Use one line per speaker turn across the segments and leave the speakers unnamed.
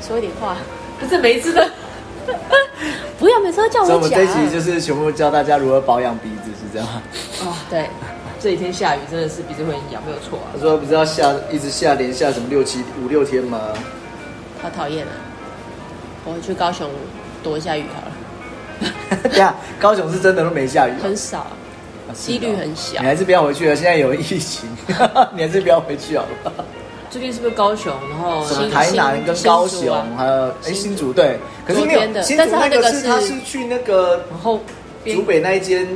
说一点话，不是每一次都， 不要每次都叫
所以我
我
们
讲。啊
这一集就是全部教大家如何保养鼻子，是这样 吗。
哦，
对，
这几天下雨真的是鼻子会痒，没有错啊
他。说不是要下一直下连下什么六七五六天 吗？
好讨厌啊！我回去高雄躲一下雨好了，
对下高雄是真的都没下雨啊，
很少，
啊
几率很小
你还是不要回去了，现在有疫情， 你还是不要回去好了。
最近是不是高雄？然后
什
哦
么
新
台南跟
新
高
新
雄
竹啊，
还有哎新竹对，可是
昨
没
天
有
的
新竹
但是它
那
那
个
个
是
是
他是去那个
然后
竹北那一间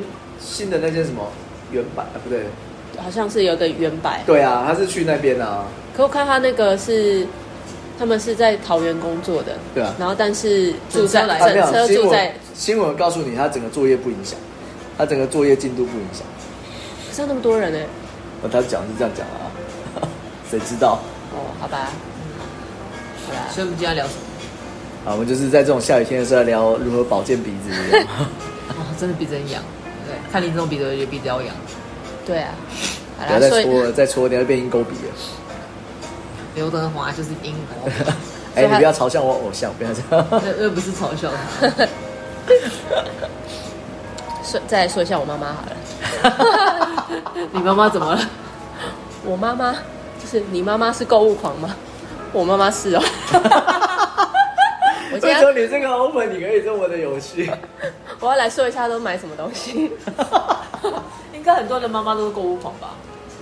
新的那间什么原版啊不对，
好像是有一个圆白。
对啊，他是去那边啊，
可我看他那个是，他们是在桃园工作的，
对啊
然后但是住在
整车来
啊没
整
有
车
新
住
闻
在，
新闻告诉你他整个作业不影响，他整个作业进度不影响，
像那么多人呢、欸
呃他讲是这样讲啊， 谁知道？
哦，好吧，好吧，
所以我们今天要聊什么？
啊，我们就是在这种下雨天的时候来聊如何保健鼻子，你知道 吗
哦，真的鼻子很痒。对，看林这种鼻子，我就觉得鼻子要痒，
对啊，好
不要
啦，
再
所以
搓了，再搓等下变鹰钩鼻了。
刘德华就是英国，
哎、
所以
你
他
不要嘲笑我偶像，不要这样。
那又不是嘲笑他。
说再来说一下我妈妈好了，
你妈妈怎么了？
我妈妈就是你妈妈是购物狂吗？我妈妈是 哦，我今
为
天
什么你这个 open 你可以这么的有趣？
我要来说一下都买什么东西，
应该很多人妈妈都是购物狂 吧？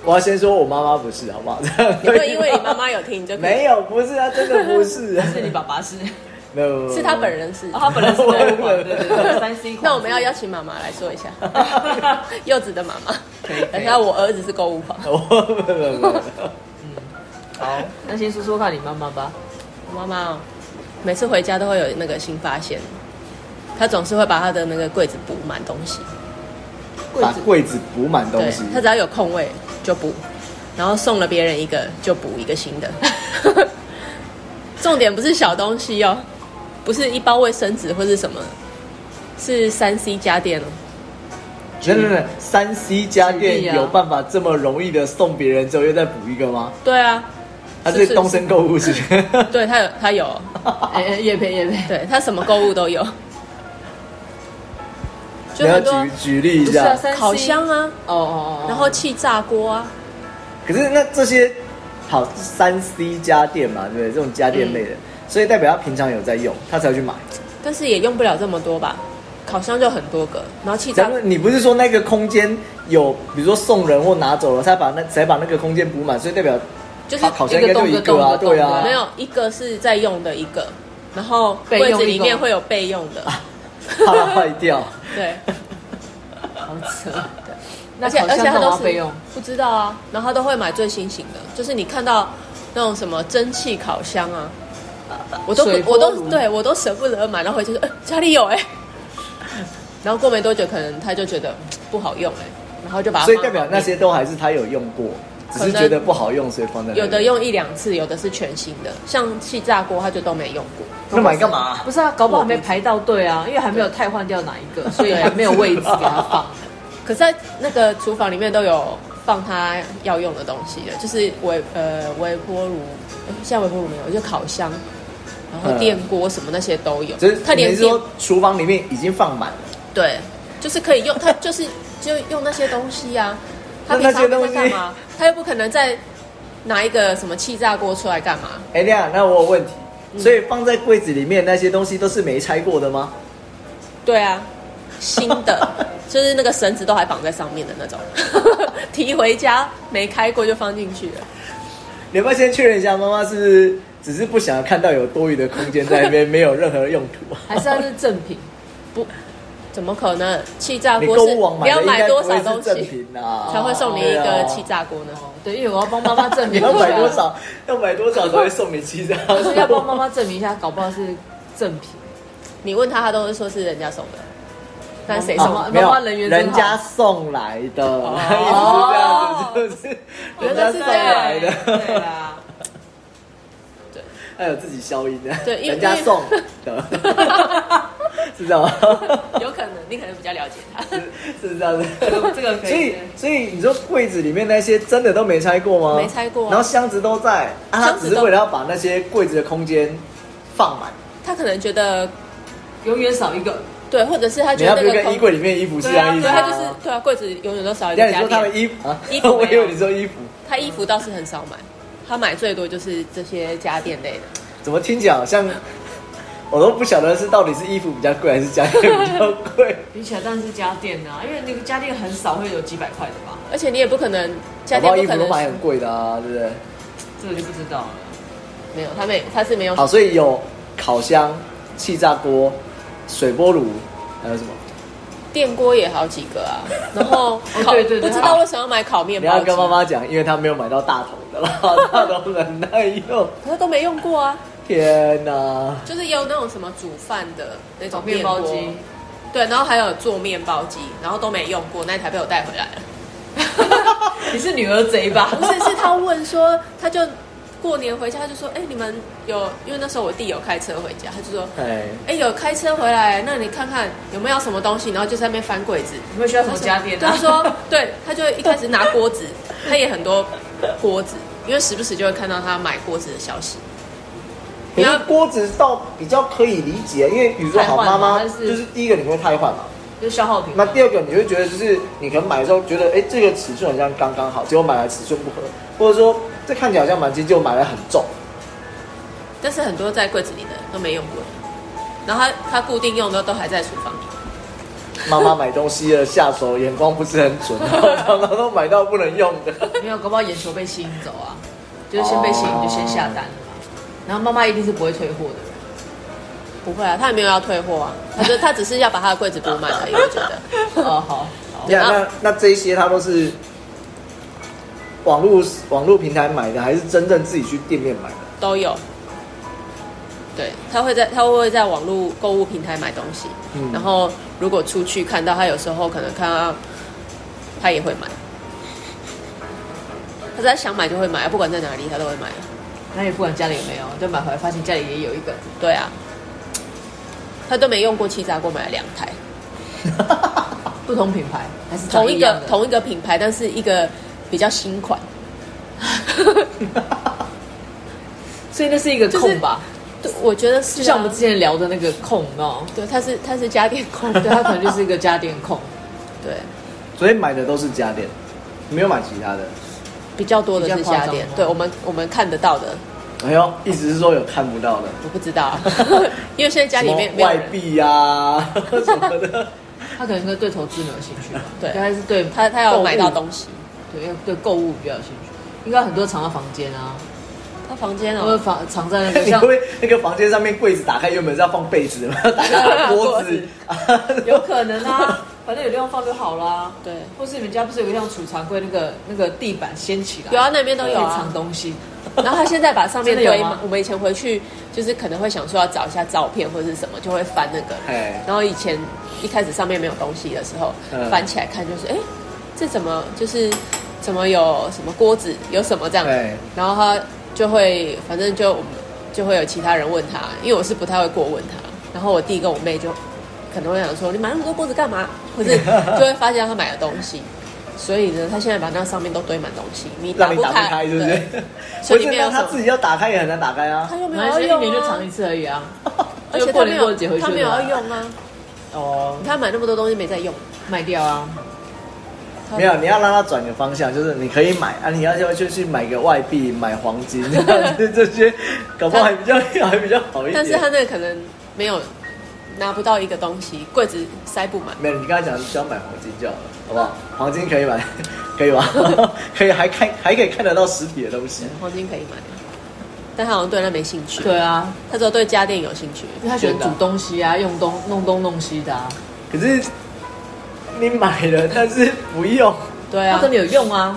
我要先说我妈妈不是，好不 好？
你不能因为你妈妈有听你就可以
没有，不是，她真的 不是，
是你爸爸是，
没有，没有
是她本。人是。
哦，他本来是购物狂，对对对，三 C 狂。
那我们要邀请妈妈来说一 下，柚子的妈妈
可以可以，
等下我儿子是购物狂。
没有我哦没有没有没有
好，那先说说看你妈妈吧。
我妈妈、哦、每次回家都会有那个新发现，她总是会把她的那个柜子补满东西，
把柜子补满东
对
西，，
她只要有空位就补，然后送了别人一个就补一个新的。 重点不是小东西哦，不是一包卫生纸或是什么，是三 C 家电哦。
真的三 C 家
举例
电
啊
有办法这么容易的送别人之后又再补一个吗？
对啊，
她
是
是
是
东升购物是不 是？
对她有她有哦，
哎哎，叶培叶培，
对她什么购物都有，就
你要
很多
举举例一
不是
下
啊，三 C
烤箱啊，
哦哦哦，
然后气炸锅啊，
可是那这些好三 C 家电嘛，对不对？这种家电类的，
嗯
所以代表他平常有在用，他才会去买。
但是也用不了这么多吧。烤箱就很多个，然后气炸
咱们你不是说那个空间有，比如说送人或拿走了，才把那才把那个空间补满，所以代表
就是
他烤箱应该就一
一个洞
个啊，
一个洞
对啊，
没有一个是在用的一个，然后
备
柜
用
子
一
里
个啊
面会有备用的，
怕它坏掉。
对，
好扯。那
而且
烤
而
箱
且它
干
都
嘛
是
备用？
不知道啊，然后它都会买最新型的，就是你看到那种什么蒸汽烤箱啊，我都不
水波
我都
炉
对我都舍不得买，然后回去说、呃、家里有哎、 然后过没多久可能他就觉得嗯不好用哎、然后就
啊
把它
所以
放
代表
旁
那
边
些都还是他有用过，只是觉得不好用，所以放在那里
有的。用一两次，有的是全新的，像气炸锅他就都没用过。
那买干嘛？
不是啊，搞不好还没排到队啊，因为还没有汰换掉哪一个，所以还啊没有位置给他放。
可是在那个厨房里面都有放他要用的东西的，就是微呃微波炉，诶现在微波炉没有，就烤箱，然后
嗯
电锅什么那些都有。
就是
他
你
连
是
电
说厨房里面已经放满了，
对，就是可以用，他就是就用那些东西啊。他
那
平
那些
常
东
在
西
干嘛？他又不可能再拿一个什么气炸锅出来干嘛？
哎、这样，那我有问题，
嗯
所以放在柜子里面那些东西都是没拆过的吗？
对啊，新的 就是那个绳子都还绑在上面的那种， 提回家没开过就放进去了。
你要不要先确认一下，妈妈是不是只是不想看到有多余的空间在那边，没有任何用途？
还是它是正品，
不，怎么可能？气炸
啊
你
锅
购
是
物网
你
买
要
的应
买
该
多
不会
少
是
东
正
西
品啊，
才会送你一
对
个
啊
气炸锅呢？
哦对，因为我要帮妈妈证
你
明一 下，
要买多
啊
少？要买多少才会送你气炸
我 是要帮
锅？
妈妈证明一下，搞不好是正品。
你问他，他都会说是人家送的，但谁
妈
送
妈
的？
哦没有
妈妈人缘真好
人家送来的，
哦
一直这样子 就是人
原来是
家送
这样
来
对
的，
啊，
还有自己消音的，
对因为
人家送的， 是这 样吗？
有可能你可能比较了解他。
是是这样子，
这个可以
所以所以你说柜子里面那些真的都没拆过吗？
没拆过啊
然后箱子都在，啊，他
箱
只
子都
是为了要把那些柜子的空间放满，
他可能觉得
永远少一个。
对，或者是他
你
觉
要
得
不
那
就
个
跟
空
衣柜里面的衣服是一样意思
对
吗。
他就是对啊，柜子永远都少一
等
个
一下
家
你说他
电
们。衣服啊，
衣服没有
我以为你说衣服，
他衣服倒是很少买，他买最多就是这些家电类的。
怎么听起来好像 我都不晓得是到底是衣服比较贵还是家电 比较贵。
比起来，但是家电啊，因为那个家电很少会有几百块的吧，
而且你也不可能家
搞不好
电
衣
不可
服都
能
买很贵的啊，对不对？
这个就不知道了。
没有，他没他是没有
好，所以有烤箱、气炸锅、水波炉，还有什么？
电锅也好几个啊，然后
哦
烤
对对对
不知道为什么要买烤面
你
包
要
机，
跟妈妈讲，因为她没有买到大桶的啦， 大桶很难用。
可是都没用过啊，
天哪！
就是也有那种什么煮饭的那种
哦面包
电
机
锅，对，然后还有做面包机，然后都没用过，那一台被我带回来 了。
你是女儿贼吧？
不是，是他问说，他就过年回家他就说，哎、你们有，因为那时候我弟有开车回家，他就说，
哎，
哎、有开车回来，那你看看有没有什么东西，然后就在那边翻柜子，
你们需要什么家电
对，
啊？
他说，对，他就一开始拿锅子，他也很多锅子，因为时不时就会看到他买锅子的消息。你
你
要
要锅子倒比较可以理解，因为比如说好
太换
妈
嘛
妈，
但是
就是第一个你会太换嘛，
就是消耗品。
那第二个你会觉得就是你可能买的时候觉得哎、这个尺寸好像刚刚好，结果买来尺寸不合，或者说这看起来好像蛮轻，结果买来很重。
但是很多在柜子里的都没用过，然后他他固定用的都还在厨房里。
妈妈买东西的下手眼光不是很准，然后常常都买到不能用 的。
没有，搞不好眼球被吸引走啊，就是先被吸
哦
引就先下单了嘛。然后妈妈一定是不会退货的，
不会啊，他也没有要退货啊，他就他只是要把他的柜子补满而 已。我觉得，
哦，好，好
对啊，
啊
那那这一些他都是网络网络平台买的，还是真正自己去店面买的？
都有。对，他会在他会在网络购物平台买东西，
嗯
然后如果出去看到他，有时候可能看到他也会买。他只要想买就会买，不管在哪里他都会买。啊
那也不管家里有没有，就买回来发现家里也有一个，
对啊，他都没用过气炸锅，买了两台，
不同品牌还是长
同一
样
个
的
同一个品牌，但是一个比较新款。
所以那是一个控吧，
对，我觉得是啊、
就像我们之前聊的那个控哦，
对，他是他是家电控，
对， 它可能就是一个家电控，
对
所以买的都是家电，没有买其他的。
比较多的是
比较夸
家
张
电
吗，
对我们我们看得到的，
哎呦，意思是说有看不到的，
我不知道、 啊，因为现在家里面
什
没
么
有
外
人，
币啊 什么的。
他可能跟对投资没有兴趣吧，
对
他是对
他他要买到
西，
东西，
对，要对购物比较有兴趣，应该很多藏在房间啊，
他房间
或者
哦，
房藏在那个
你
像
会那个房间上面柜子打开，原本是要放被子 的，打开放锅子，
有可能啊，反正有地方放就好啦。
对，
或是你们家不是有个像储藏柜，那个那个地板掀起来，
有啊，那边都有
可以藏
啊。
东西。
然后他现在把上面
真的有
堆
吗
满，我们以前回去就是可能会想说要找一下照片或者是什么，就会翻那个。
哎，
然后以前一开始上面没有东西的时候
嗯，
翻起来看就是，哎，这怎么就是怎么有什么锅子，有什么这样
对？
然后他就会，反正就我们就会有其他人问他，因为我是不太会过问他。然后我弟跟我妹就可能会想说，你买那么多锅子干嘛？或者就会发现他买的东西。所以呢，他现在把那上面都堆满东西，你打
让你
不
打不开，
开，
是不是
对？？
不
所以里
是，
面
那
有什
他自
么？
己要打开也很难打开啊。
他又没有
反
要
正一
用
年就
啊
藏一，次而已啊。
而
就
且
过
他没
年
有
过节回去
他没有
的啊
要用啊，
哦，
他买那么多东西没在用。
卖掉啊，
他
没有，你要让他转个方向，就是你可以买啊，你要要就去买个外币，买黄金， 这样子这些，搞不好还比较还比较好一点。
但是他那个可能没有拿不到一个东西，柜子塞不满。
没有，你刚才讲只要买黄金就好了，好不好？黄金可以买，可以吧？ 可以还看还可以看得到实体的东西。
黄金可以买，但他好像对那没兴趣。，
对啊，
他只有对家电有兴趣。
因为他喜欢
真的
煮东西啊，用东弄东弄西的啊，
可是你买了，但是不用，
对
他
啊
真，的有用啊，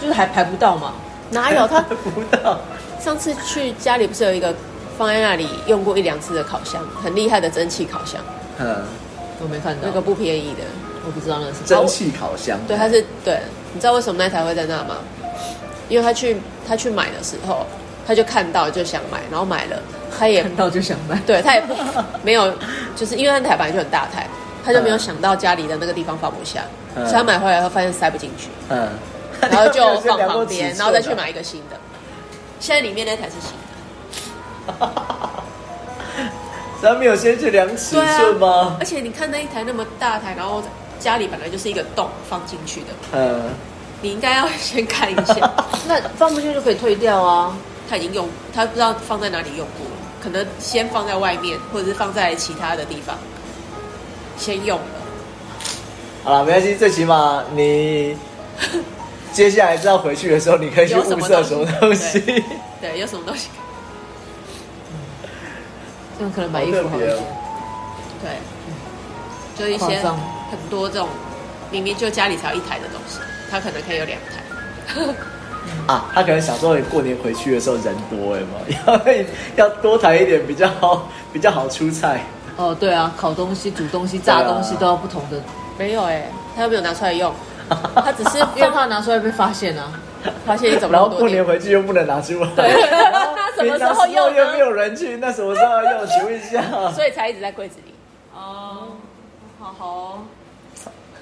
就是还排不到嘛。
哪有他
不到。
上次去家里不是有一个放在那里用过一两次的烤箱，很厉害的蒸汽烤箱，
嗯，
我没看到
那个不便宜的。
我不知道那是什么。
蒸汽烤箱。
对，它是对，你知道为什么那台会在那吗？因为他去他去买的时候，他就看到就想买，然后买了，他也
看到就想买，
对他也不没有，就是因为那台本来就很大台，他就没有想到家里的那个地方放不下，
嗯
所以他买回来后发现塞不进去，
嗯，
然后
你有没
就
有先
放
量过
旁
尺
边，
寸
然后再去
啊
买一个新的。现在里面那台是新的，
咱们有先去量尺
对啊
寸吗？
而且你看那一台那么大台，然后家里本来就是一个洞放进去的，
嗯，
你应该要 先看一下。
那放不进就可以退掉啊。
他已经用，他不知道放在哪里用过了，可能先放在外面，或者是放在其他的地方，先用了。
好了，没关系，最起码你 接下来知道回去的时候，你可以去
有什
物
么
色
东西
什么东西。
对对，有什么东西？
这样可能买衣服好一
好特别
点
哦。
对，就一
夸
些
张
很多这种明明就家里才有一台的东西，他可能可以有两台。
啊，他可能想说你过年回去的时候人多 哎嘛，要要多抬一点比较好，比较好出菜。
哦，对啊，烤东西、煮东西、炸东西
对啊
都要不同 的，
没有哎、他又没有拿出来用，他只是
因为
放
怕拿出来被发现啊。
发现你怎么
然
那
后
么多
过年回去又不能拿出来，
对
然后
什么时候
平常
用呢
又没有人去，那什么时候要用？请问一下，
所以才一直在柜子里。
哦，好好、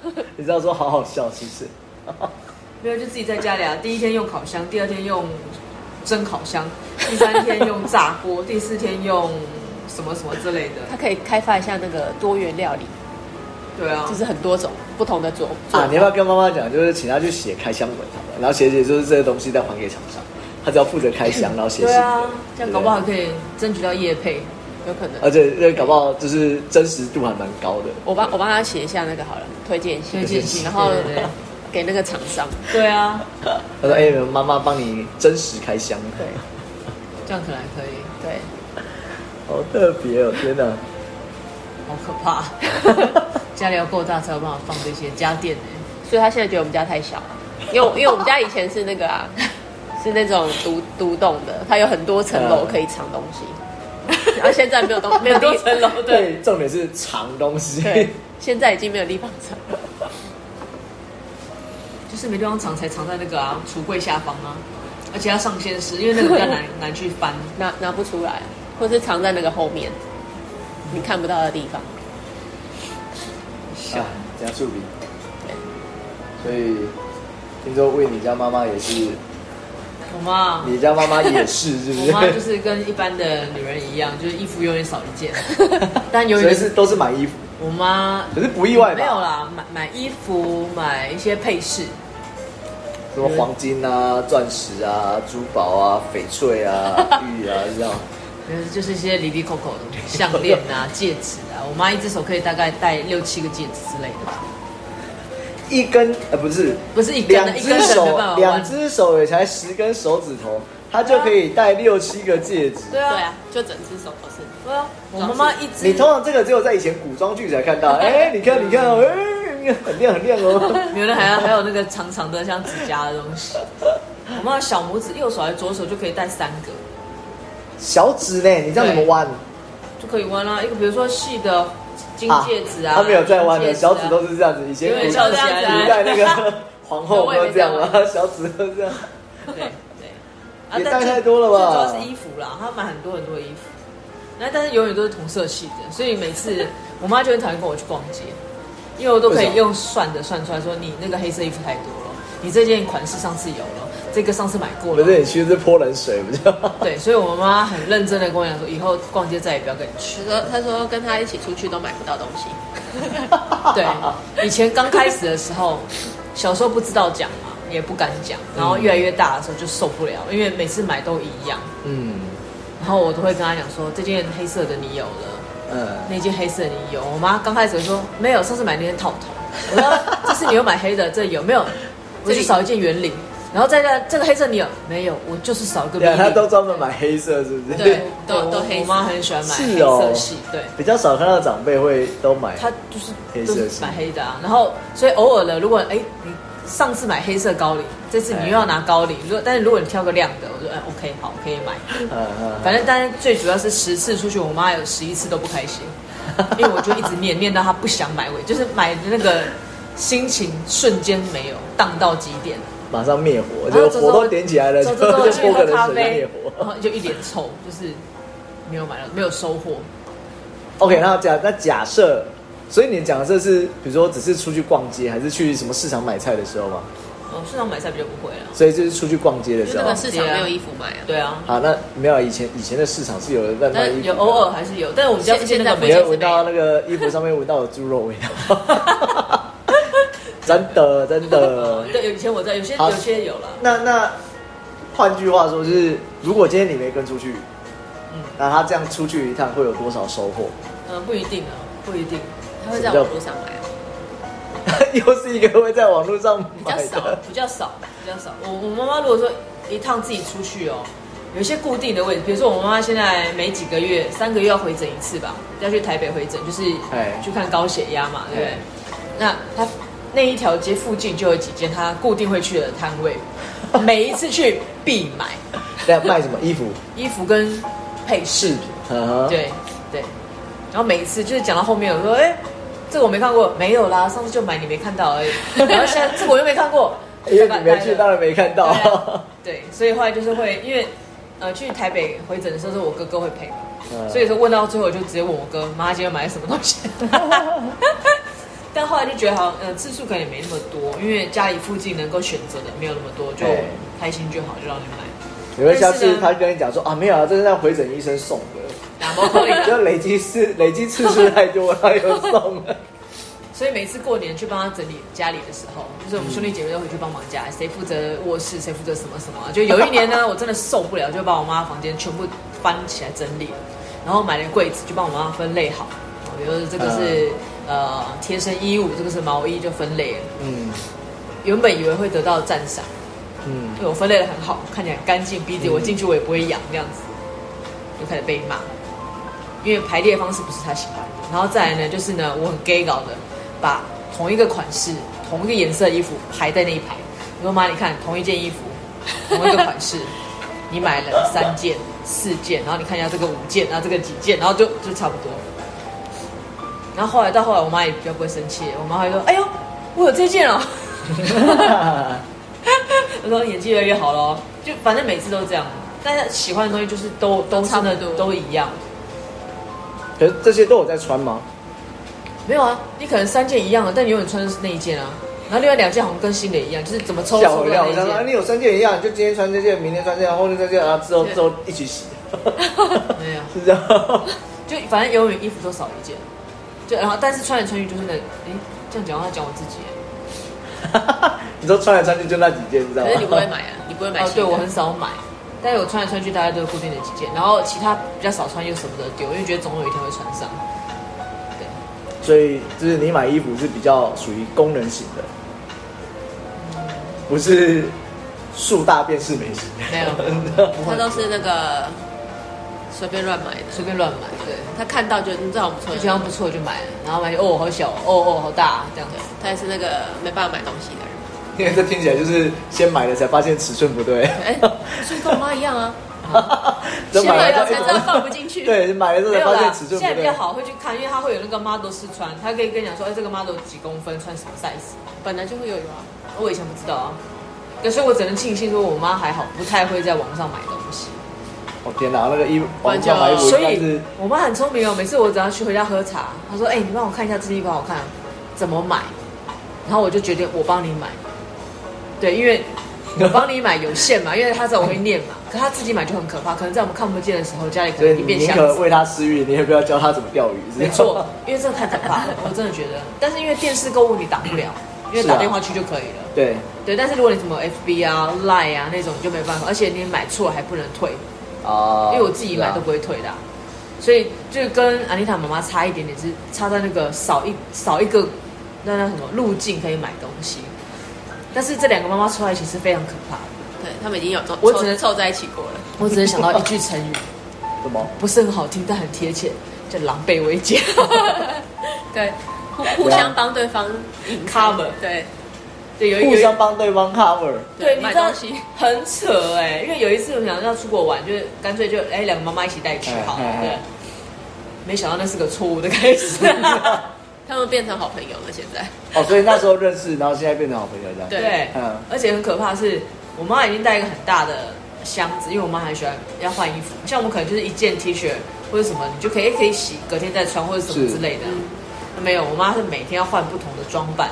哦，
你知道说好好笑是不是？
没有就自己在家里啊。第一天用烤箱，第二天用蒸烤箱，第三天用炸锅， 第四天用什么什么之类的。
他可以开发一下那个多元料理，
对啊，
就是很多种不同的做做
哦啊，你要不要跟妈妈讲，就是请她去写开箱文好了，然后写写就是这个东西再还给厂商，她只要负责开箱，然后写
对
信。
啊，这
对对
样搞不好可以争取到业配。
有可能。
而且这搞不好就是真实度还蛮高的。
我帮我帮他写一下那个好了，推荐信，
推荐信
然后
对对对
给那个厂商，
对啊，
他说：“哎、妈妈帮你真实开箱。”
对
这样可能还可以，
对，
好特别哦，天哪！
好可怕。 家里要够大才有办法放这些家电呢、
所以他现在觉得我们家太小了，因为 我因为我们家以前是那个啊，是那种独独栋的，它有很多层楼可以藏东西，然后现在没有 东没有地
嗯很多层楼
对
对，重点是藏东西。
对，现在已经没有地方藏了，
就是没地方藏才藏在那个啊橱柜下方啊，而且要上线式，因为那个比 较难难去翻。
拿拿不出来，或是藏在那个后面你看不到的地方。
啊，加速比。所以听说为你家妈妈也是，
我妈，
你家妈妈也 是，是不
我
是？
妈就是跟一般的女人一样，就是衣服永远少 一件，但永
所以
远
是都是买衣服，
我妈
可是不意外吧？
没有啦，买买衣服，买一些配饰，
什么黄金啊、钻石啊、珠宝啊、翡翠 啊、玉啊，这样。
就是一些里里扣扣的东西，项链 啊、戒指啊。我妈一只手可以大概戴六七个戒指之类的吧，
一根呃不是，
不是一根啊
两
的，一
只
根手没
手
办法，
两
玩。
只手也才十根手指头，她就可以戴六七个戒指。
对
对
啊
啊，，
就整只手都是。
对啊，我妈妈一只
你通常这个只有在以前古装剧才看 到。哎，你看，你看，哎，很亮很亮哦。
有的还要还有那个长长的像指甲的东西。我妈的小拇指右手还是左手就可以戴三个，
小指呢？你知道怎么弯？
就可以弯啊啦、一个比如说细的金戒指啊，
他没有在弯
银戒
的，
指啊
小指都是这样子。以前
有
古
点
装
翘
剧
起来
代那个 皇后都这样啊，小指都这样。
对对。啊
也
但
戴
最
太多了吧
最主要是衣服啦，她买很多很多衣服，那但是永远都是同色系的，所以每次我妈就很讨厌跟我去逛街，因为我都可
为什
以
么
用算的算出来说，你那个黑色衣服太多了，你这件款式上次有了，这个上次买过
不
了。
是你去是泼冷水，不就？
对，所以我妈很认真的跟我讲说，以后逛街再也不要跟你去
他。说他说跟他一起出去都买不到东西，
对，以前刚开始的时候，小时候不知道讲嘛，也不敢讲，然后越来越大的时候就受不了，因为每次买都一样，
嗯
然后我都会跟她讲说，这件黑色的你有了，
嗯。
那件黑色的你有。我妈刚开始会说没有，上次买那件套头，我说这次你又买黑的，这有没有？ 这里少一件圆领，然后再这这个黑色你有没有？我就是少一个
对啊，
圆
他都
领。
专门买黑色，是不是？
对
对
都都黑色
我妈很喜欢买黑
是哦
色系，对。
比较少看到长辈会都买。
他就是
黑色
都
系
是买黑的啊。然后所以偶尔的，如果哎、你上次买黑色高领，这次你又要拿高领，如果但是如果你挑个亮的，我说哎、OK 好可以买。
嗯嗯
反正但是最主要是十次出去，我妈有十一次都不开心，因为我就一直念念到她不想买，我就是买的那个心情瞬间没有荡到极 点，
马上灭火，
然
就
后
火都点起来了，
走
就
走走
就
去
泼
喝
个冷
咖
水就灭
啡，
火
然。后就一脸臭，就是没有买到没有收获。
OK，那假那假设，所以你讲的这是，比如说只是出去逛街，还是去什么市场买菜的时候吗？
哦，市场买菜比较不会啊。
所以就是出去逛街的
因为
时
那
候
个。市场没有衣服买啊。
对啊，
啊，那没有以前以前的市场是有人在卖
但
衣服的，
有偶尔还是有，但是我们家附近那个
现
你
没
现在
会
附
有
近。
闻到那个衣服上面闻到有猪肉味道， 真的真的。
对，有以前我在有些
好
有些有了，
那那换句话说，就是如果今天你没跟出去，
嗯
那他这样出去一趟会有多少收获？
嗯，不一定啊，不一定，
他会在网络上买啊，
又是一个会在网络上
比较
买
少
的，，
比较少，比较少。我我妈妈如果说一趟自己出去哦，有一些固定的位置，比如说我妈妈现在每几个月三个月要回诊一次吧，要去台北回诊，就是
哎
去看高血压嘛，对不对
哎？
那她那一条街附近就有几间她固定会去的摊位，每一次去必买
在卖什么衣服、
衣服跟配饰
饰。品？嗯，，
对对。然后每一次就是讲到后面，我说：“哎、这个我没看过，没有啦，上次就买你没看到 而已。”然后现在这个我又没看过，
因为你没
拜
去，
拜
当然没看
对啊
到。
对，所以后来就是会因为呃去台北回诊的时候，是我哥哥会陪，
嗯
啊所以说问到最后我就直接问我哥妈今天买了什么东西。 但后来就觉得好像呃次数可能也没那么多，因为家里附近能够选择的没有那么多，就
对
开心就好，就让你买。
你们下
但是
次
呢
他跟你讲说啊，没有啊，这是让回诊医生送的，
打毛可以
就累积次累积次数太多，他又送了。
所以每次过年去帮他整理家里的时候，就是我们兄弟姐妹都回去帮忙家，谁负责卧室，谁负责什么什么。就有一年呢，我真的受不了，就把我妈房间全部翻起来整理，然后买了柜子，就帮我妈分类好。比如说这个是、呃贴身衣物，这个是毛衣，就分类了。
嗯
原本以为会得到赞赏，
嗯
因，为我分类的很好，看起来很干净，鼻子我进去我也不会痒这样子，就开始被骂，因为排列方式不是他喜欢的。然后再来呢，就是呢，我很 gay 搞的，把同一个款式、同一个颜色的衣服排在那一排。我说妈，你看同一件衣服，同一个款式，你买了三件、四件，然后你看一下这个五件，然后这个几件，然后就就差不多。然后后来到后来，我妈也比较不会生气，我妈会说：“哎呦，我有这件哦。” 我说演技越来越好咯，就反正每次都这样，大家喜欢的东西就是都都
差
真
不
的
多
都一样。
可是这些都有在穿吗？
没有啊，你可能三件一样的，但你永远穿的是那一件啊，然后另外两件好像跟新的一样，就是怎么抽
吓
抽
我一
的
跳！
那
我
一
想说，啊，
件。
你有三件一样，你就今天穿这件，明天穿这件，后天穿这件，然后之后
对
之后一起洗，
没有，
是这样。
就反正永远衣服都少一件，就然后但是穿来穿去就是那，哎，这样讲话讲我自己耶。
你说穿来穿去就那几件，你知道
可
吗？
是你不会买啊，你不会买
哦，
新
对
的。
我很少买，但是我穿来穿去大概都是固定的几件，然后其他比较少穿又舍不得丢，因为觉得总有一天会穿上。
所以就是你买衣服是比较属于功能型的，不是树大便是美型。
没有，
他都是那个随便乱买的，
随便乱买，对。
他看到就嗯这好不错
就，觉得好像不错就买了，然后买就哦好小哦哦好大这样
对
子，
他也是那个没办法买东西的 人。
因为这听起来就是先买了才发现尺寸不对，
哎，所以 跟我妈一样啊，
就
先买
买
了
了
才知道放不进去。
对，买了之后
没
才
有
发现
啦，
尺
现
寸
在
不
比较
对。
好会去看，因为它会有那个 model 试穿，它可以跟你讲说，哎这个 model 几公分，穿什么 size。
本来就会有有啊，
我以前不知道啊，可是我只能庆幸说我妈还好，不太会在网上买东西，
我哦天哪，那个衣服
不然
网
就
上买衣服
啊所
应该
以
哦是
我妈很聪明哦。每次我只要去回家喝茶，她说，哎你帮我看一下这件衣服好看，怎么买，然后我就决定我帮你买，对，因为。我帮你买有限嘛，因为她知道我会念嘛，可她自己买就很可怕，可能在我们看不见的时候，家里可
所以
能一
你
变
宁
箱
可
子。
为他私欲，你也不要教他怎么钓鱼。是这
没
样
错，因为这个太可怕了，我真的觉得。但是因为电视购物你挡不了，因为
是啊
打电话去就可以了。
对，
对，但是如果你什么 FB 啊、Line 啊那种，你就没办法，而且你买错还不能退，
啊
因为我自己买都
是啊
不会退的啊、所以就跟安妮塔妈妈差一点点，是差在那个少一少一个那那什么路径可以买东西。但是这两个妈妈凑在一起是非常可怕的。
对他们已经有凑
我只能
凑凑在一起过了。
我只能想到一句成语，
啊 什么？
不是很好听，但很贴切，叫狼狈为奸。
对，互互相帮对方隐藏
Cover
对
对，有一有
互
一
相帮对方 cover。
对，你
买
知道
东西
很扯哎、因为有一次我们想要出国玩，就是干脆就哎两、个妈妈一起带去好
哎哎
了，
哎
对。没想到那是个错误的开 始，
他们变成好朋友了。现在
哦，所以那时候认识，然后现在变成好朋友这样。
对
对，
嗯
而且很可怕的是，我妈已经带一个很大的箱子，因为我妈很喜欢要换衣服，像我们可能就是一件 T 恤或者什么，你就可以哎可以洗，隔天再穿或者什么
是
之类的。
嗯
没有，我妈是每天要换不同的装扮，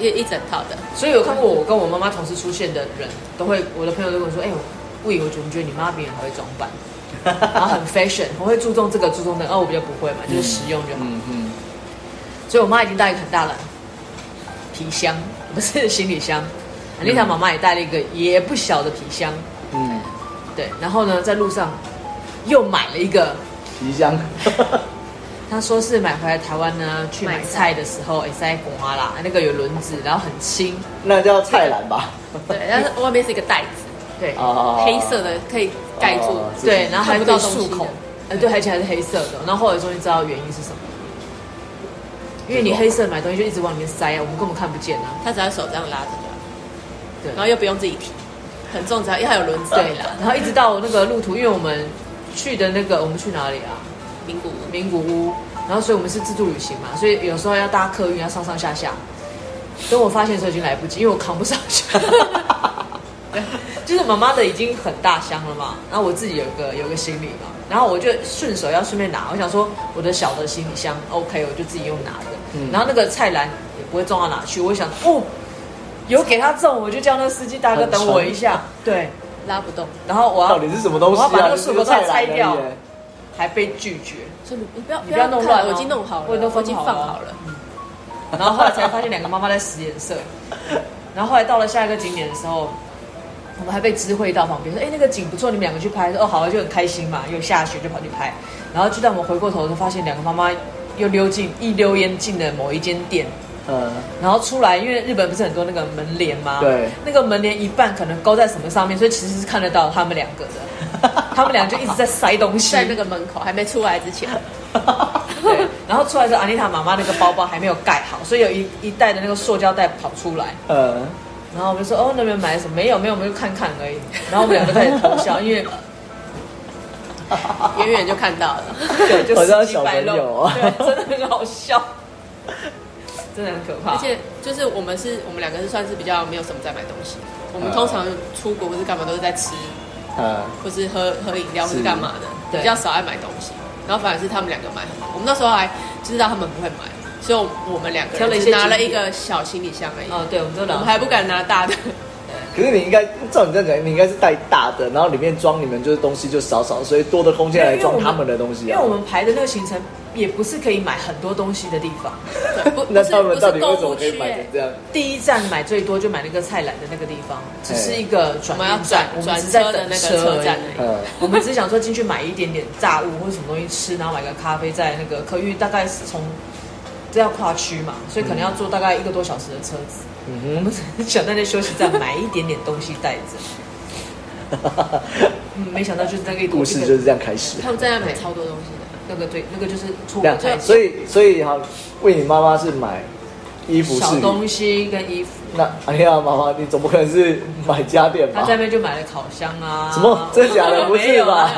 一一整套的，
所以有看过我跟我妈妈同时出现的人，都会我的朋友都跟我说：“哎、我不以为主，你觉得你妈比你还会装扮， 然后很 fashion，我会注重这个注重那个，而、我比较不会嘛，就是实用就好。
嗯嗯，
所以我妈已经带一个很大的皮箱， 不是行李箱。丽塔妈妈也带了一个也不小的皮箱，
嗯，
对。然后呢，在路上又买了一个，
皮箱，
她说是买回来台湾呢去买
买菜
菜的时候，哎塞瓜啦，那个有轮子，然后很轻，
那叫菜篮吧？
对，但是外面是一个袋子，
对，
哦
黑色的可以盖住，
哦
对，然后还
看不
可以
到东西
漱
的
口，呃，对，而且还是黑色的。然后后来终于知道原因是什么，因为你黑色买东西就一直往里面塞啊，我们根本看不见啊。
它只要手这样拉着就好，
对，
然后又不用自己提，很重，只要因为它有轮子。
对啦，然后一直到那个路途，因为我们去的那个我们去哪里啊？
名古屋
名古屋，然后所以我们是自助旅行嘛，所以有时候要搭客运要上上下下。等我发现的时候已经来不及，因为我扛不上去。 对就是妈妈的已经很大箱了嘛，然后我自己有一个有一个行李嘛，然后我就顺手要顺便拿，我想说我的小的行李箱 OK，我就自己用拿的，
嗯
然后那个菜篮也不会重到哪去，我想哦，有给他重，我就叫那个司机大哥
很
等我
沉
一下，对，
拉不动，
然后我
到
要
底是什么东西啊？
我要把那
就
个
是
水果菜
菜篮而已
拆掉
耶
还被拒绝，
所以你不要
你不要弄乱
看
哦
我已经弄好了，
我已经
我已经
放
放
好了
好了，
然后后来才发现两个妈妈在使眼色。然后后来到了下一个景点的时候，我们还被知会到旁边说：“哎，那个景不错，你们两个去拍。”说：“哦，好啊，就很开心嘛，又下雪就跑去拍。”然后就当我们回过头的时候，发现两个妈妈又溜进一溜烟进了某一间店，
嗯，
然后出来，因为日本不是很多那个门帘
啊
吗？
对，
那个门帘一半可能勾在什么上面，所以其实是看得到他们两个的。他们俩就一直在塞东西，
在那个门口还没出来之 前，
对，然后出来之后，安妮塔妈妈那个包包还没有盖好，所以有一一袋的那个塑胶袋跑出来。
呃，
然后我们就说：“哦，那边买什么？没有，没有，我们就看看而已。”然后我们两个开始偷 笑，因为
远远就看到 了。
对，就
好像
死乞
小
白
朋
赖
友啊
对，真的很好笑，真的很可怕。
而且就是我们是我们两个是算是比较没有什么在买东西，我们
嗯
通常出国或是干嘛都是在吃，
呃，
或是喝喝饮料或是
是
干嘛的，
嗯对
比较少爱买东西。然后反而是他们两个买，我们那时候还知道他们不会买，所以我们我们两个
挑了
人
一些
只拿了一
经典
个小行李箱而已，
哦，对，我们都
我
拿
们还不敢拿大的。
可是你应该照你这样讲，你应该是带大的，然后里面装你们就是东西就少少，所以多的空间来装他们的东西
因
啊
为。我们排的那个行程也不是可以买很多东西的地方。
对，不
那
不是
他们
不
到
是
底
购
为什么
物
可以
区、
买成
欸，
这样？
第一站买最多就买那个菜篮的那个地方，只是一个转
我们要
运
转
站我们
转
只是在
车的
等
那个
车
车
而已
站而已。
呃，
我们只想说进去买一点点炸物或者什么东西吃，然后买个咖啡，在那个客运大概是从这要跨区嘛，所以可能要坐大概一个多小时的车子。 我
嗯
们只是想在那休息站买一点点东西带着，
哼，
嗯，没想到就是那个
故事就是这样开始。
他们在那买超多东西的，
那个对，那个就是出
这
国
样
才，
所以所以哈，为你妈妈是买衣服
小
是
东西跟衣服，
那哎呀，妈妈，你总不可能是买家电
他
吧
在？那边就买了烤箱啊，
啊什么 真的假的不是吧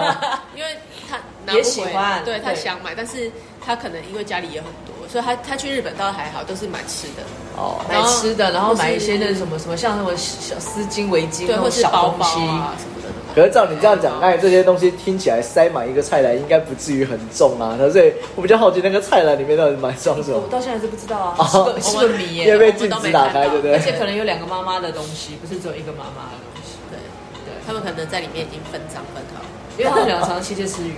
没
因
有啊
为他拿不回
也喜欢
对他
对
想买，但是他可能因为家里也很多，所以他他去日本倒还好，都是买吃的。
哦，
买吃的，然后买一些
或
那
是
什么什么，像什么小丝巾、围巾那
对，
种
或是
小
包
东
包
西，
啊什么的都买。
可是照你这样讲，哎，这些东西听起来塞满一个菜篮应该不至于很重啊。所以我比较好奇那个菜篮里面到底买装什么
我？ 到现在还是不知道啊，
哦
是个是个谜耶、
因为
我
被禁
们都
止
没
打开，
看到
对不
而
对？
且可能有两个妈妈的东西，不是只有一个妈妈的东西。
对，
对，
他们可能在里面已经分赃分好了。
因为他们两个常常窃窃私语。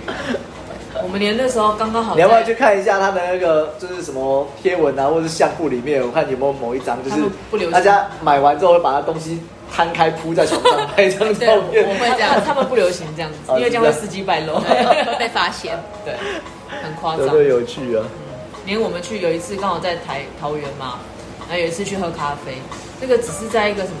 我们连那时候刚刚好，
你要不要去？看一下他的那个就是什么贴文啊，或者是相簿里面，我看有没有某一张就
他
是
们不留
大
神
家买完之后会把他东西摊开铺在床上拍一张
对，
照片
我。会这样，他们不流行这样子，
哦
因为这样会司机败露，
对会被发现。
对，很夸
有
张
没。有有趣啊？
连我们去有一次刚好在台桃园嘛，然后有一次去喝咖啡，那个只是在一个什么。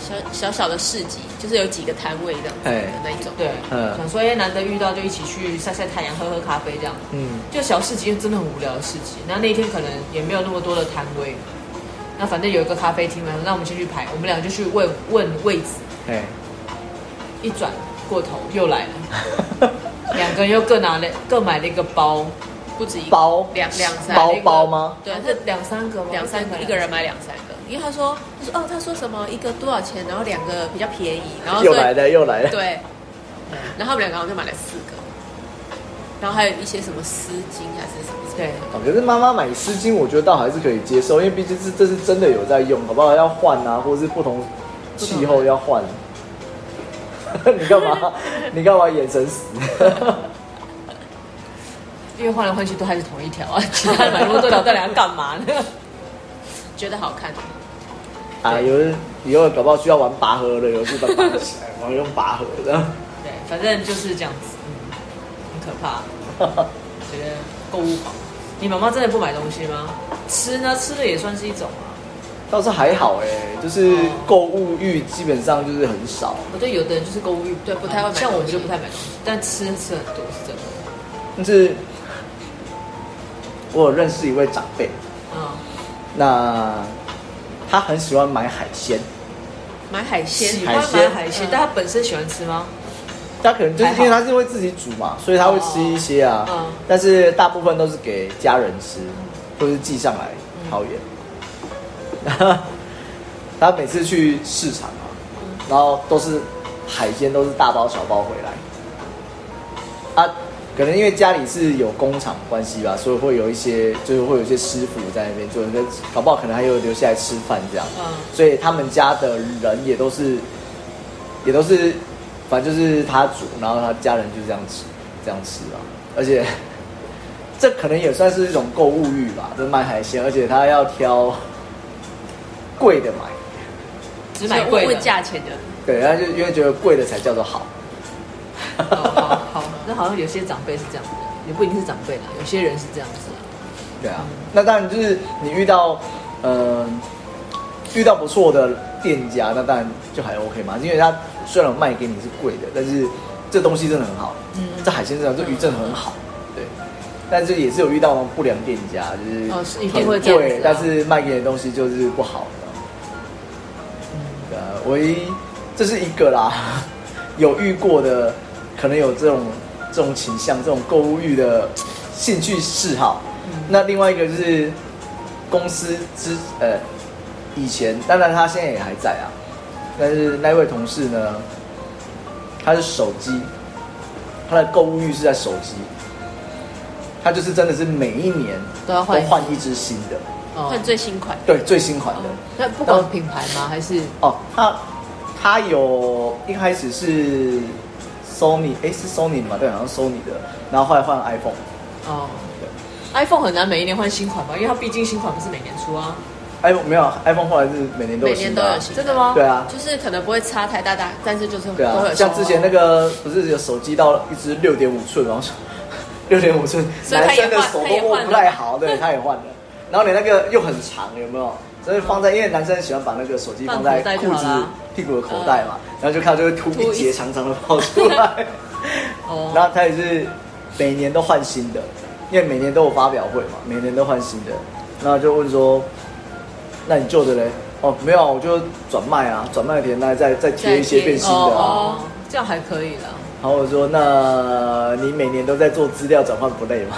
小小小的市集，就是有几个摊位这样子
哎
的那一种。
对，
嗯
想说哎，难得遇到就一起去晒晒太阳、喝喝咖啡这样。
嗯，
就小市集真的很无聊的市集，那那一天可能也没有那么多的摊位，那反正有一个咖啡厅嘛，那我们先去排，我们俩就去问问位置，
哎，
一转过头又来了，两个人又各拿了各买了一个包，
不止一个
包
两两三
包
那个
包吗？
对，
啊
他
这两三个吗？
两三个，一个人买两三个，因为他说他说哦，他说什么一个多少钱，然后两个比较便宜，然后
又
所以
来了又来了。
对，然后他们两个好像就买了四个，然后还有一些什么丝巾还是什么之类
对
的。，
哦，可是妈妈买丝巾，我觉得倒还是可以接受，因为毕竟是这是真的有在用，好不好？要换啊，或者是不同气候要换。 你干嘛？你干嘛眼神死？
因为换来换去都还是同一条 啊，其他的买那么多条到底要干嘛呢？
觉得好看。
啊，有人以后搞不好需要玩拔河 的游戏，把它拔起来，然后用拔河的。
对，反正就是这样子，嗯，很可怕，觉得购物狂。你妈妈真的不买东西吗？吃呢，吃的也算是一种啊。
倒是还好哎、就是购物欲基本上就是很少。
我对有的人就是购物欲
对不太会买
像我
东西
就不太买东西，但吃吃很多是真的。
但是，我有认识一位长辈，
嗯，
那他很喜欢买海鲜，
买海鲜
喜
海
欢买
鲜
海鲜
嗯，
但他本身喜欢吃吗？
他可能就是
还
因
好
为他是会自己煮嘛，所以他会吃一些啊，
哦嗯
但是大部分都是给家人吃，或是寄上来桃园。 他每次去市场啊，
嗯
然后都是海鲜，都是大包小包回来。啊，可能因为家里是有工厂关系吧，所以会有一些，就是会有一些师傅在那边做，那搞不好可能还有留下来吃饭这样。
嗯，
所以他们家的人也都是，也都是，反正就是他煮，然后他家人就这样吃，这样吃啊。而且 这可能也算是一种购物欲吧，就卖海鲜，而且他要挑贵的买，
只买贵
问
的。
价钱的，
对，他就因为觉得贵的才叫做好。
哦好好，那好像有些长辈是这样子的，也不一定是长辈啦，有些人是这样子啊。
对啊，那当然就是你遇到，呃，遇到不错的店家，那当然就还 OK 嘛，因为他虽然卖给你是贵的，但是这东西真的很好，
嗯
这海鲜真的这鱼真的很好，对。但是也是有遇到不良店家，就是
哦是一
很
定会这样子啊
贵，但是卖给你的东西就是不好的。
嗯
呃，唯一这是一个啦，有遇过的，可能有这种这种倾向，这种购物欲的兴趣嗜好。
嗯
那另外一个就是公司之呃，以前当然他现在也还在啊，但是那位同事呢，他是手机，他的购物欲是在手机，他就是真的是每一年
都要换一只
一只新的，
哦
换最新款。
对最新款
哦
的。
那不管品牌吗？还是
哦，他他有一开始是 Sony，哎是 Sony 的嘛？对，好像 Sony 的，然后后来换 iPhone。
哦？iPhone 很难每一年换新款吧，因为它毕竟新款不是每年出啊。
iPhone 没有，iPhone 后来是每年都有
每
新
年
的
都
啊、
有新，
真的吗
对啊
就是可能不会差太大，大但是就是
对
都
啊
会，有
像
新
之前那个不是有手机到一只六点五寸，然后 六点五寸，
所以
男
他也
生的
换
手
他
都
也
握
换
不
了
太好，对，他也换了。然后你那个又很长，有没有？所以放在，因为男生喜欢把那个手机放在
放口袋就
裤
好
子
啦
屁股的口袋嘛，
嗯
然后就看到就会凸
凸
一
一
截长长的跑出来。
哦
然后他也是每年都换新的，因为每年都有发表会嘛，每年都换新的。然后就问说，那你旧的嘞？哦，没有啊，我就转卖啊，转卖的年代再再贴一些
再贴
变新的啊。
哦，这样还可以啦。
然后我说：“那你每年都在做资料转换，不累吗？”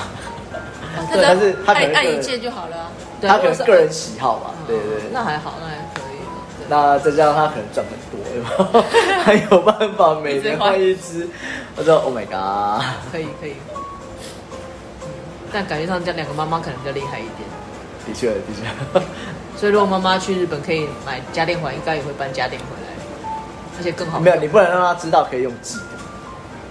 他
对，
只
但是
要
他可
按
能
按
个
一
人，
键就好了啊。
对
他
如
可能
果是嗯
个人喜好
嗯
吧，对对对。
那还好，那还可以。对
那再加上他可能赚很多， 还有办法每年换一只。我说：“Oh my god！”
可以可以。嗯但感觉上这两个妈妈可能比较厉害一点，
的确，的确，
所以如果妈妈去日本可以买家电环，应该也会搬家电回来，而且更好 用。
没有你不能让他知道可以用寄的，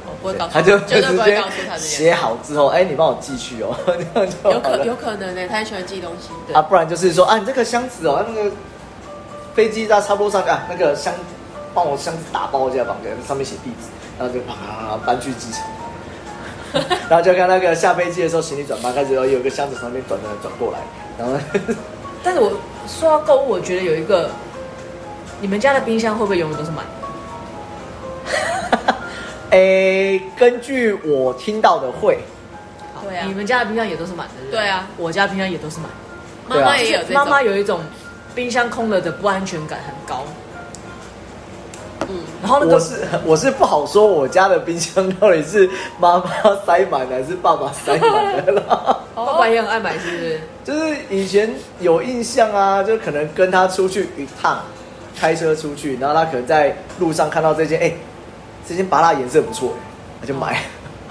我不会告诉
他就
绝对
就直
不会
接
告诉他这件事。
写好之后，哎，你帮我寄去哦，这样就
有
好
可有
了。
可能呢、欸他很喜欢寄东西。
啊，不然就是说啊，你这个箱子哦，那个飞机在差不多上啊，那个箱帮我箱子打包一下吧，给上面写地址，然后就啪啪啪搬去 机场。然后就看那个下飞机的时候，行李转盘开始有有一个箱子从那边转转转过来，然后
但是我说到购物，我觉得有一个，你们家的冰箱会不会永远都是满的？
诶，根据我听到的会，
好
对啊
你们家的冰箱也都是满的。不
对啊，
我家冰箱也都是满的。
妈
对啊
妈也有这
就是
种，
妈妈有一种冰箱空了的不安全感很高，
嗯，
然哦后那
我
个
是我是不好说我家的冰箱到底是妈妈塞满还是爸爸塞满的了。
爸爸也很爱买，是不是？
就是以前有印象啊，就可能跟他出去一趟，开车出去，然后他可能在路上看到这件，哎、这件拔蜡颜色不错，他就买。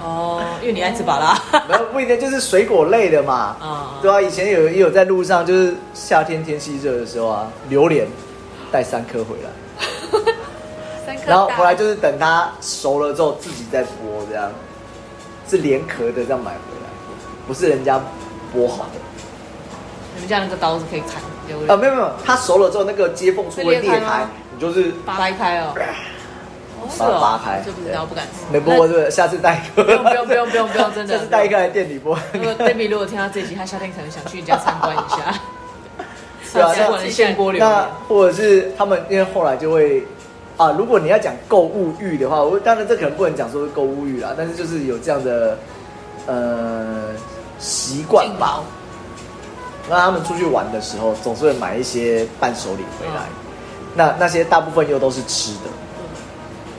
哦，因为你爱吃巴拉，
哦
没有不一定就是水果类的嘛。
哦啊
对啊，以前有也有在路上，就是夏天天气热的时候啊，榴莲带三颗回来，
三颗
然后回来
是
就是等它熟了之后自己再剥，这样是连壳的这样买回来，不是人家剥好的。
你们家那个刀子可以砍榴
啊，
莲，
没有没有，它熟了之后那个接缝处会裂
会裂开吗
开，你就是
掰开哦，是
把它
哦
扒，开
这不知
对
道，不敢吃。
没剥过是不是？下次带一个。
不用不用不用不用不用真 的呃
下次带一个来店里剥。
如果 Debbie 如果听到这集，他夏天可能想去你家参观一 下，
对啊
参观了现锅榴
那
莲，
或者是他们，因为后来就会啊，如果你要讲购物欲的话，我当然这可能不能讲说是购物欲啦，啊但是就是有这样的呃习惯
劲
吧
爆。
那他们出去玩的时候，总是会买一些伴手礼回来，那那些大部分又都是吃的，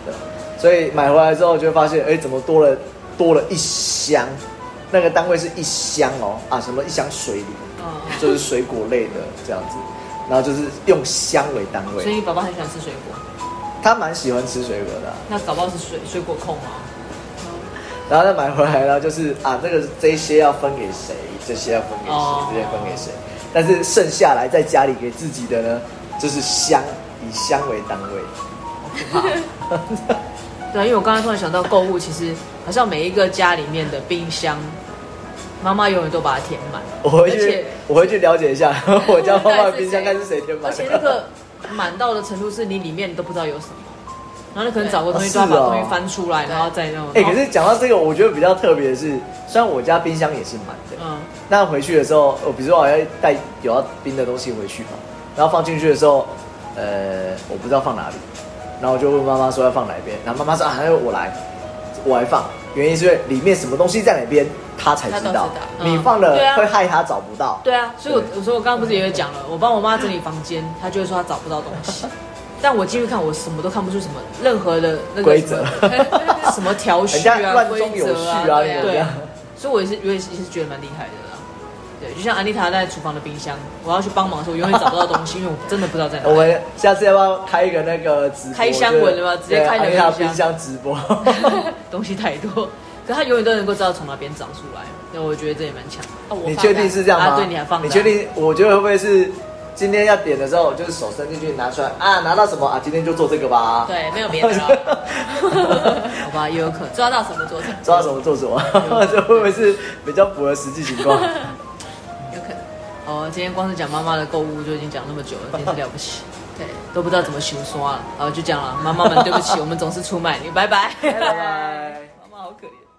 对所以买回来之后就会发现，哎，怎么多了多了一箱？那个单位是一箱哦，啊，什么一箱水梨，
嗯，
就是水果类的这样子，然后就是用香为单
所以
位。
你宝宝很喜欢吃水果，
他蛮喜欢吃水果的啊、
那搞不好是水水果控吗？
然后再买回来，然后就是啊，这个这些要分给谁，这些要分给谁，
哦
这些分给谁，但是剩下来在家里给自己的呢，就是香，以香为单位。
哦对啊，因为我刚才突然想到，购物其实好像每一个家里面的冰箱，妈妈永远都把它填满，
我回
而且
去，我回去了解一 下，我家妈妈的冰箱
对
看
是谁
是谁填满
而
的。
且那个满到的程度是你里面都不知道有什么，然后你可能找个东西
对
都要把
哦是哦
东西翻出来，然后再弄。
哎、可是讲到这个，我觉得比较特别的是，虽然我家冰箱也是满的，
嗯，
那回去的时候，哦我比如说我要带有要冰的东西回去嘛，然后放进去的时候，呃，我不知道放哪里，然后我就问妈妈说要放哪边，然后妈妈说啊，那我来，我来放，原因是因为里面什么东西在哪边，她才
她
知道
都知道，
嗯
你放了
对啊
会害她找不到。
对啊，所以我
对
我说我刚刚不是也有讲了，我帮我妈整理房间，她就会说她找不到东西，但我进去看，我什么都看不出什么任何的那个
规则
什 么什么条
人
序
家
啊、
乱
规
中有
则啊，
序啊，
对啊
怎么
对
样？
啊，所以我也是，我也是也是觉得蛮厉害的啦。对，就像安妮塔在厨房的冰箱，我要去帮忙的时候，我永远找不到东西，因为我真的不知道在哪
我
里。
们下次要不要开一个那个直播？
开箱文了吗直接开你的
一下
冰箱
冰箱直播。
东西太多，可他永远都能够知道从哪边找出来。那我觉得这也蛮强。
哦，我
你
放
确
在
定是这样吗？
啊对你还放着啊
你确定？我觉得会不会是今天要点的时候，就是手伸进去拿出来啊，拿到什么啊？今天就做这个吧。
对，没有别的了，
好吧，也有可能。
抓到什么做什么，
知道什么做什 么， 这会不会是比较符合实际情况？
有可能
哦，今天光是讲妈妈的购物就已经讲那么久了，真是了不起，
对。
都不知道怎么修刷了。然后就这样了，妈妈们对不起，我们总是出卖你，拜拜。
拜拜。
妈妈好可怜。